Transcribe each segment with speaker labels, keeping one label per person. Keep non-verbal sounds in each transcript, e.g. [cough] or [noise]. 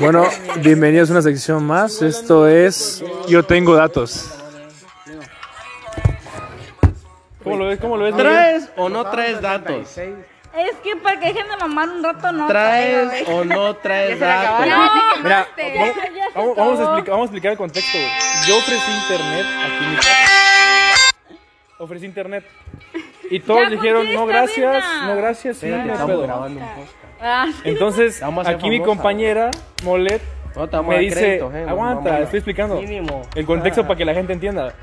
Speaker 1: Bueno, bienvenidos a una sección más. Esto es Yo tengo datos. ¿Cómo lo ves? ¿Cómo lo ves?
Speaker 2: ¿Traes o no traes datos?
Speaker 3: Es que para que dejen de mamar un rato no
Speaker 1: [laughs]
Speaker 2: ¿Traes o no traes datos?
Speaker 3: No,
Speaker 1: Mira,
Speaker 3: ya,
Speaker 1: vamos,
Speaker 3: ya se
Speaker 1: vamos- vamos a
Speaker 3: acabó.
Speaker 1: explicar, vamos a explicar el contexto, güey. Yo ofrecí internet aquí en mi casa. Ofrecí internet. Y todos
Speaker 3: Ya
Speaker 1: dijeron, no
Speaker 3: contesta,
Speaker 1: gracias,
Speaker 3: venga".
Speaker 1: no gracias, sí, no hay pedo".
Speaker 2: un podcast.
Speaker 3: Ah,
Speaker 1: Mm. Entonces,
Speaker 2: Vamos a ser
Speaker 1: aquí mi
Speaker 2: famosa.
Speaker 1: compañera, Molet,
Speaker 2: No te vamos a
Speaker 1: me
Speaker 2: dar
Speaker 1: dice,
Speaker 2: crédito, eh,
Speaker 1: aguanta,
Speaker 2: mamona.
Speaker 1: estoy explicando
Speaker 2: Mínimo.
Speaker 1: el contexto para que la gente entienda.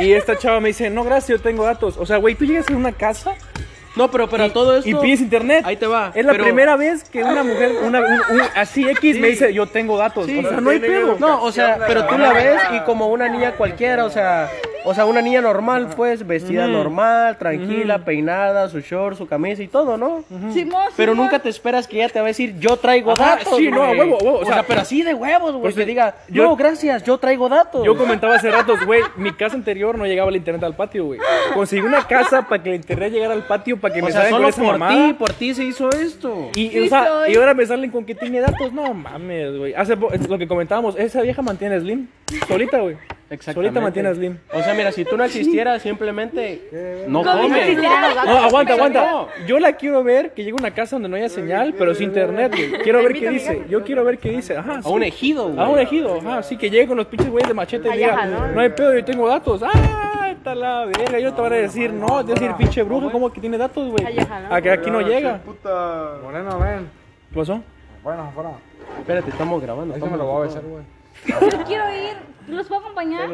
Speaker 1: Y esta chava me dice, no, gracias, yo tengo datos. O sea, güey, tú llegas a una casa
Speaker 2: Pues No, pero para todo esto.
Speaker 1: y pides internet.
Speaker 2: Ahí te va.
Speaker 1: Es la
Speaker 2: pero-
Speaker 1: primera vez que una mujer, una, un- un- así X, me dice, yo tengo datos.
Speaker 2: Sí,
Speaker 1: o sea, no hay pedo.
Speaker 2: No, o sea, pero tú la ves y como una niña cualquiera, o sea, o sea, una niña normal, pues, vestida normal, tranquila, peinada, su short, su camisa y todo, ¿no?
Speaker 3: Simón,
Speaker 2: Pero
Speaker 3: Simón.
Speaker 2: nunca te esperas que ella te va a decir, yo traigo
Speaker 1: Ajá,
Speaker 2: datos.
Speaker 1: sí, no, a
Speaker 2: güey".
Speaker 1: huevo, a huevo, o
Speaker 2: O sea,
Speaker 1: sea,
Speaker 2: pero así de huevos, güey.
Speaker 1: pues,
Speaker 2: Que diga,
Speaker 1: yo-
Speaker 2: no, gracias, yo traigo datos.
Speaker 1: Yo comentaba hace ratos, güey, mi casa anterior no llegaba el internet al patio, güey. Conseguí una casa para que el internet llegara al patio, para que
Speaker 2: o
Speaker 1: me
Speaker 2: sea,
Speaker 1: salgan con
Speaker 2: solo
Speaker 1: esa
Speaker 2: por
Speaker 1: mamada.
Speaker 2: ti, por ti se hizo esto.
Speaker 1: Y,
Speaker 3: Sí
Speaker 1: o sea,
Speaker 3: soy.
Speaker 1: y ahora me salen con que tiene datos. No mames, güey. Hace po- es lo que comentábamos, esa vieja mantiene a Slim. Solita, güey. Solita mantiene a Slim.
Speaker 2: O sea, mira, si tú no existieras, simplemente no
Speaker 3: Como si
Speaker 2: comes.
Speaker 3: existieran los
Speaker 1: [laughs]
Speaker 3: datos.
Speaker 1: No, aguanta, aguanta. Yo la quiero ver que llegue a una casa donde no haya señal, pero sin internet, güey. Quiero ver qué dice. Yo quiero ver qué dice. Ajá.
Speaker 2: A un
Speaker 1: sí.
Speaker 2: ejido, güey.
Speaker 1: A un ejido, ajá. Sí, que llegue con los pinches güeyes de machete y diga, no hay pedo, yo tengo datos. Ah, está la verga. Yo te van a decir, no, te voy a decir, pinche bruja, ¿cómo que tiene datos, güey? A que aquí no llega.
Speaker 4: Moreno, ven.
Speaker 1: ¿Qué pasó?
Speaker 4: Bueno, fuera.
Speaker 2: Espérate, estamos grabando.
Speaker 4: Eso me lo voy a echar, güey.
Speaker 3: Yo quiero ir. ¿Los puedo acompañar?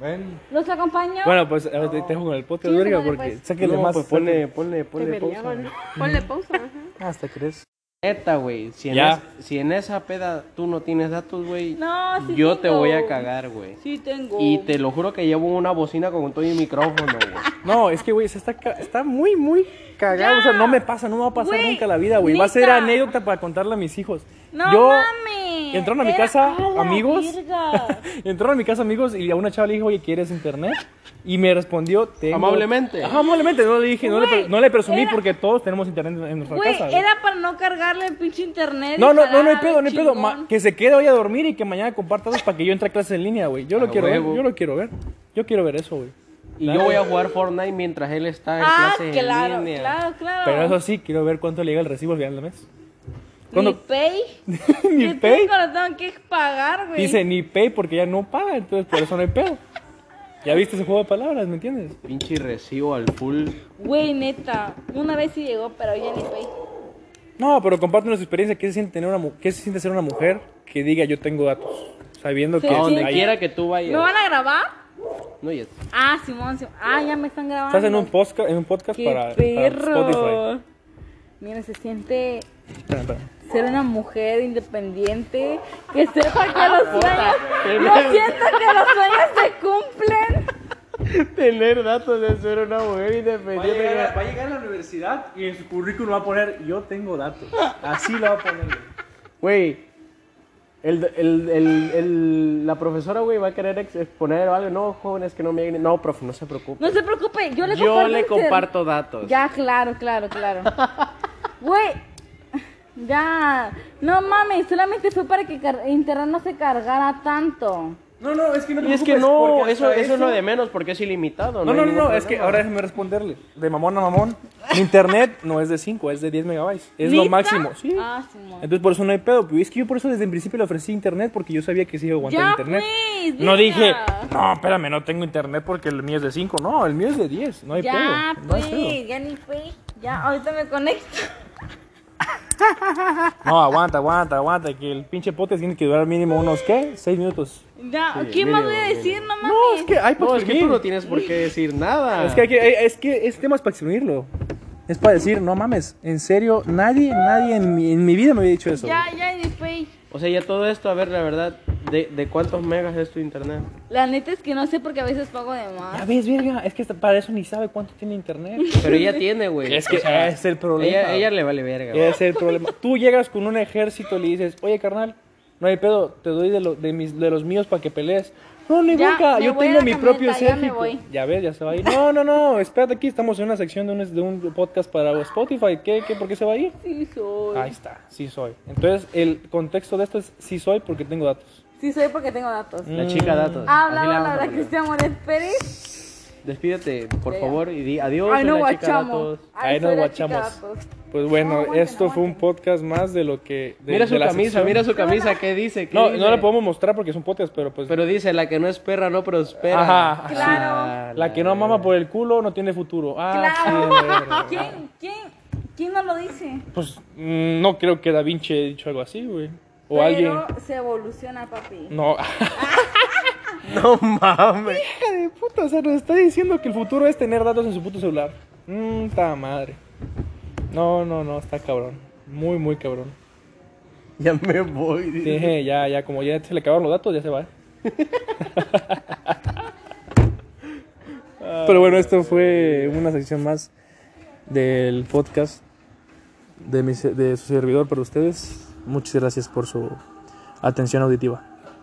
Speaker 4: Ven.
Speaker 3: ¿Los acompaño?
Speaker 1: Bueno, pues a ver, te te dejo con el pote,
Speaker 5: Sí,
Speaker 1: verga,
Speaker 5: vale,
Speaker 1: porque
Speaker 5: pues.
Speaker 1: sáquenle más.
Speaker 2: pues ponle, ponle, ponle
Speaker 5: Debería,
Speaker 2: pausa.
Speaker 5: ¿no? Ponle pausa. ajá.
Speaker 3: Ah,
Speaker 1: Hasta crees.
Speaker 2: Neta, güey. Si, en
Speaker 1: Ya.
Speaker 2: es- si en esa peda tú no tienes datos, güey,
Speaker 3: No, sí
Speaker 2: yo te
Speaker 3: tengo.
Speaker 2: voy a cagar, güey.
Speaker 3: Sí tengo.
Speaker 2: Y te lo juro que llevo una bocina con todo y micrófono, güey.
Speaker 1: No, es que, güey, se está, ca- está muy, muy cagado. O sea, no me pasa, no me va a pasar
Speaker 3: Güey,
Speaker 1: nunca la vida, güey. Va a ser
Speaker 3: neta.
Speaker 1: anécdota para contarle a mis hijos.
Speaker 3: No
Speaker 1: Yo,
Speaker 3: mames.
Speaker 1: entraron a mi
Speaker 3: Era-
Speaker 1: casa
Speaker 3: ¡A la
Speaker 1: amigos. [laughs]
Speaker 3: verga!
Speaker 1: Entraron a mi casa amigos y a una chava le dijo, oye, ¿quieres internet? Y me respondió, tengo...
Speaker 2: Amablemente.
Speaker 1: Ajá, amablemente. No le dije, no, le, pre-
Speaker 3: Güey,
Speaker 1: no le presumí
Speaker 3: era-
Speaker 1: porque todos tenemos internet en- en nuestra
Speaker 3: Güey,
Speaker 1: casa. güey.
Speaker 3: era para no cargarle el pinche internet. y
Speaker 1: No, no,
Speaker 3: jalar
Speaker 1: no, no hay
Speaker 3: al
Speaker 1: pedo, no hay pedo. Ma-
Speaker 3: chingón.
Speaker 1: que se quede hoy a dormir y que mañana compartas para que yo entre a clase en línea, güey. Yo lo
Speaker 2: A
Speaker 1: quiero
Speaker 2: huevo.
Speaker 1: ver, yo lo quiero ver. Yo quiero ver eso, güey.
Speaker 2: Y yo voy a jugar Fortnite mientras él está en
Speaker 3: Ah,
Speaker 2: clases
Speaker 3: claro,
Speaker 2: en línea.
Speaker 3: claro, claro.
Speaker 1: Pero eso sí, quiero ver cuánto le llega el recibo al final del mes. [laughs]
Speaker 3: Ni
Speaker 1: ¿Cuándo-
Speaker 3: pay.
Speaker 1: [laughs] Ni
Speaker 3: Yo
Speaker 1: pay.
Speaker 3: tengo, lo tengo que pagar, güey.
Speaker 1: Dice ni pay porque ya no paga, entonces por eso no hay pedo. Ya viste ese juego de palabras, ¿me entiendes?
Speaker 2: Pinche recibo al full.
Speaker 3: Güey, neta, una vez sí llegó, pero ya ni pay.
Speaker 1: No, pero compártenos su experiencia. ¿Qué se siente, tener una, mu- qué se siente ser una mujer que diga yo tengo datos? Sabiendo
Speaker 3: Se
Speaker 1: que.
Speaker 2: A donde
Speaker 3: siente-
Speaker 1: hay-
Speaker 2: quiera que tú
Speaker 3: ¿Me
Speaker 2: vayas.
Speaker 3: van a grabar?
Speaker 2: No, ya.
Speaker 3: Ah, Simón, Simón. Ah, ya me están grabando.
Speaker 1: Estás en un podcast, en un podcast
Speaker 3: ¡Qué
Speaker 1: para, para Spotify.
Speaker 3: perro! Mira, se siente
Speaker 1: Espera, espera.
Speaker 3: ser una mujer independiente que sepa que los sueños... Lo siento que los sueños se cumplen.
Speaker 2: Tener datos de ser una mujer independiente.
Speaker 1: a llegar a la universidad y en su currículum va a poner yo tengo datos. Así lo va a poner.
Speaker 2: Güey. El, el, el, el- la profesora, güey, va a querer ex- exponer o algo. No, jóvenes que no me lleguen. No, profe, no se preocupe.
Speaker 3: No se preocupe, yo le
Speaker 2: Yo
Speaker 3: comparto
Speaker 2: le
Speaker 3: el-
Speaker 2: comparto datos.
Speaker 3: Ya, claro,
Speaker 1: [laughs]
Speaker 3: claro, claro. Güey, ya. No mames, solamente fue para que car- internet no se cargara tanto.
Speaker 1: No, no, es que no te
Speaker 2: Y es que
Speaker 1: preocupes,
Speaker 2: no,
Speaker 1: pues, porque
Speaker 2: eso,
Speaker 1: hasta
Speaker 2: eso es lo de menos porque es ilimitado.
Speaker 1: No,
Speaker 2: hay
Speaker 1: no, no,
Speaker 2: ningún
Speaker 1: no, es que
Speaker 2: problema.
Speaker 1: ahora déjame responderle. De mamón a mamón. Mi internet no es de 5, es de 10 megabytes. Es lo
Speaker 3: ¿Neta?
Speaker 1: máximo, sí.
Speaker 3: Ah, Simón.
Speaker 1: Entonces por eso no hay pedo. pero Es que yo por eso desde el principio le ofrecí internet porque yo sabía que sí iba a aguantar
Speaker 3: Ya,
Speaker 1: internet.
Speaker 3: pues,
Speaker 1: no
Speaker 3: venga.
Speaker 1: dije, no, espérame, no tengo internet porque el mío es de 5. No, el mío es de 10. No hay
Speaker 3: Ya,
Speaker 1: pedo. No, hay
Speaker 3: pues,
Speaker 1: pedo.
Speaker 3: ya ni fui. Ya, ahorita me conecto. [laughs]
Speaker 1: no, aguanta, aguanta, aguanta. Que el pinche pote tiene que durar mínimo unos, ¿qué? 6 minutos.
Speaker 3: Ya, ¿qué más voy a decir? No mames.
Speaker 1: No, es que hay para
Speaker 2: No, es que tú
Speaker 1: exprimir.
Speaker 2: no tienes por qué decir nada.
Speaker 1: Es que, hay que- hay- es que este tema es para exprimirlo. Es para decir, no mames, en serio, nadie, nadie en mi, en mi vida me había dicho eso.
Speaker 3: Ya, ya ni fui.
Speaker 2: O sea, ya todo esto, a ver, la verdad, ¿de, de cuántos megas es tu internet?
Speaker 3: La neta es que no sé porque a veces pago de
Speaker 1: Ya
Speaker 3: más.
Speaker 1: ves, verga, es que hasta para eso ni sabe cuánto tiene internet.
Speaker 2: Pero ella tiene, güey.
Speaker 1: Es que
Speaker 2: O sea,
Speaker 1: es el problema.
Speaker 2: ella, ella le vale verga. güey.
Speaker 1: Ese es el problema. Tú llegas con un ejército y le dices, oye, carnal, no hay pedo, te doy de, lo- de, mis, de los míos para que pelees. No, ni
Speaker 3: Ya,
Speaker 1: bronca,
Speaker 3: me
Speaker 1: yo
Speaker 3: voy a
Speaker 1: tengo
Speaker 3: la
Speaker 1: mi
Speaker 3: camioneta,
Speaker 1: propio
Speaker 3: ya me
Speaker 1: Sergio.
Speaker 3: voy.
Speaker 1: Ya ves, ya se va a ir. No, no, no, espérate aquí, estamos en una sección de un, de un podcast para Spotify. ¿Qué, qué, ¿Por qué se va a ir?
Speaker 3: Sí soy.
Speaker 1: Ahí está, sí soy. Entonces, el contexto de esto es sí soy porque tengo datos.
Speaker 3: Sí soy porque tengo datos.
Speaker 1: Mm,
Speaker 3: Ah,
Speaker 2: La chica datos.
Speaker 1: Ah,
Speaker 2: Así
Speaker 3: Hablaba
Speaker 2: la vamos
Speaker 3: la
Speaker 2: a
Speaker 3: verdad
Speaker 2: poner.
Speaker 3: Cristian Morel Pérez.
Speaker 2: Despídete, por
Speaker 3: Ya.
Speaker 2: favor, y di adiós.
Speaker 3: Ay,
Speaker 2: soy
Speaker 3: no
Speaker 2: la chica
Speaker 3: guachamos.
Speaker 2: datos.
Speaker 1: Ahí nos
Speaker 3: soy la chica
Speaker 1: guachamos.
Speaker 3: datos.
Speaker 1: Pues bueno,
Speaker 3: No, aguanten,
Speaker 1: esto fue un
Speaker 3: aguanten.
Speaker 1: podcast más de lo que... de-
Speaker 2: mira
Speaker 1: de
Speaker 2: su
Speaker 1: la
Speaker 2: camisa,
Speaker 1: sección.
Speaker 2: mira su camisa, ¿qué dice? ¿Qué
Speaker 1: No,
Speaker 2: dice?
Speaker 1: no la podemos mostrar porque es un podcast, pero pues...
Speaker 2: Pero dice, la que no es perra no prospera.
Speaker 1: Ajá.
Speaker 3: Claro.
Speaker 2: Ah,
Speaker 1: la que [laughs] no mama por el culo no tiene futuro. Ah,
Speaker 3: Claro.
Speaker 1: sí, la verga.
Speaker 3: ¿Quién, quién, quién no lo dice?
Speaker 1: Pues mm, no creo que Da Vinci haya dicho algo así, güey. O
Speaker 3: Pero
Speaker 1: alguien...
Speaker 3: se evoluciona, papi.
Speaker 1: No. [laughs]
Speaker 2: No mames.
Speaker 1: Hija de puta, o sea, nos está diciendo que el futuro es tener datos en su puto celular. Mmm, ta madre. No, no, no, está cabrón. Muy, muy cabrón.
Speaker 2: Ya me voy.
Speaker 1: Sí, eh, ya, ya, como ya se le acabaron los datos, ya se va. ¿eh? [laughs] Pero bueno, esto fue una sección más del podcast de, mi se- de su servidor para ustedes. Muchas gracias por su atención auditiva.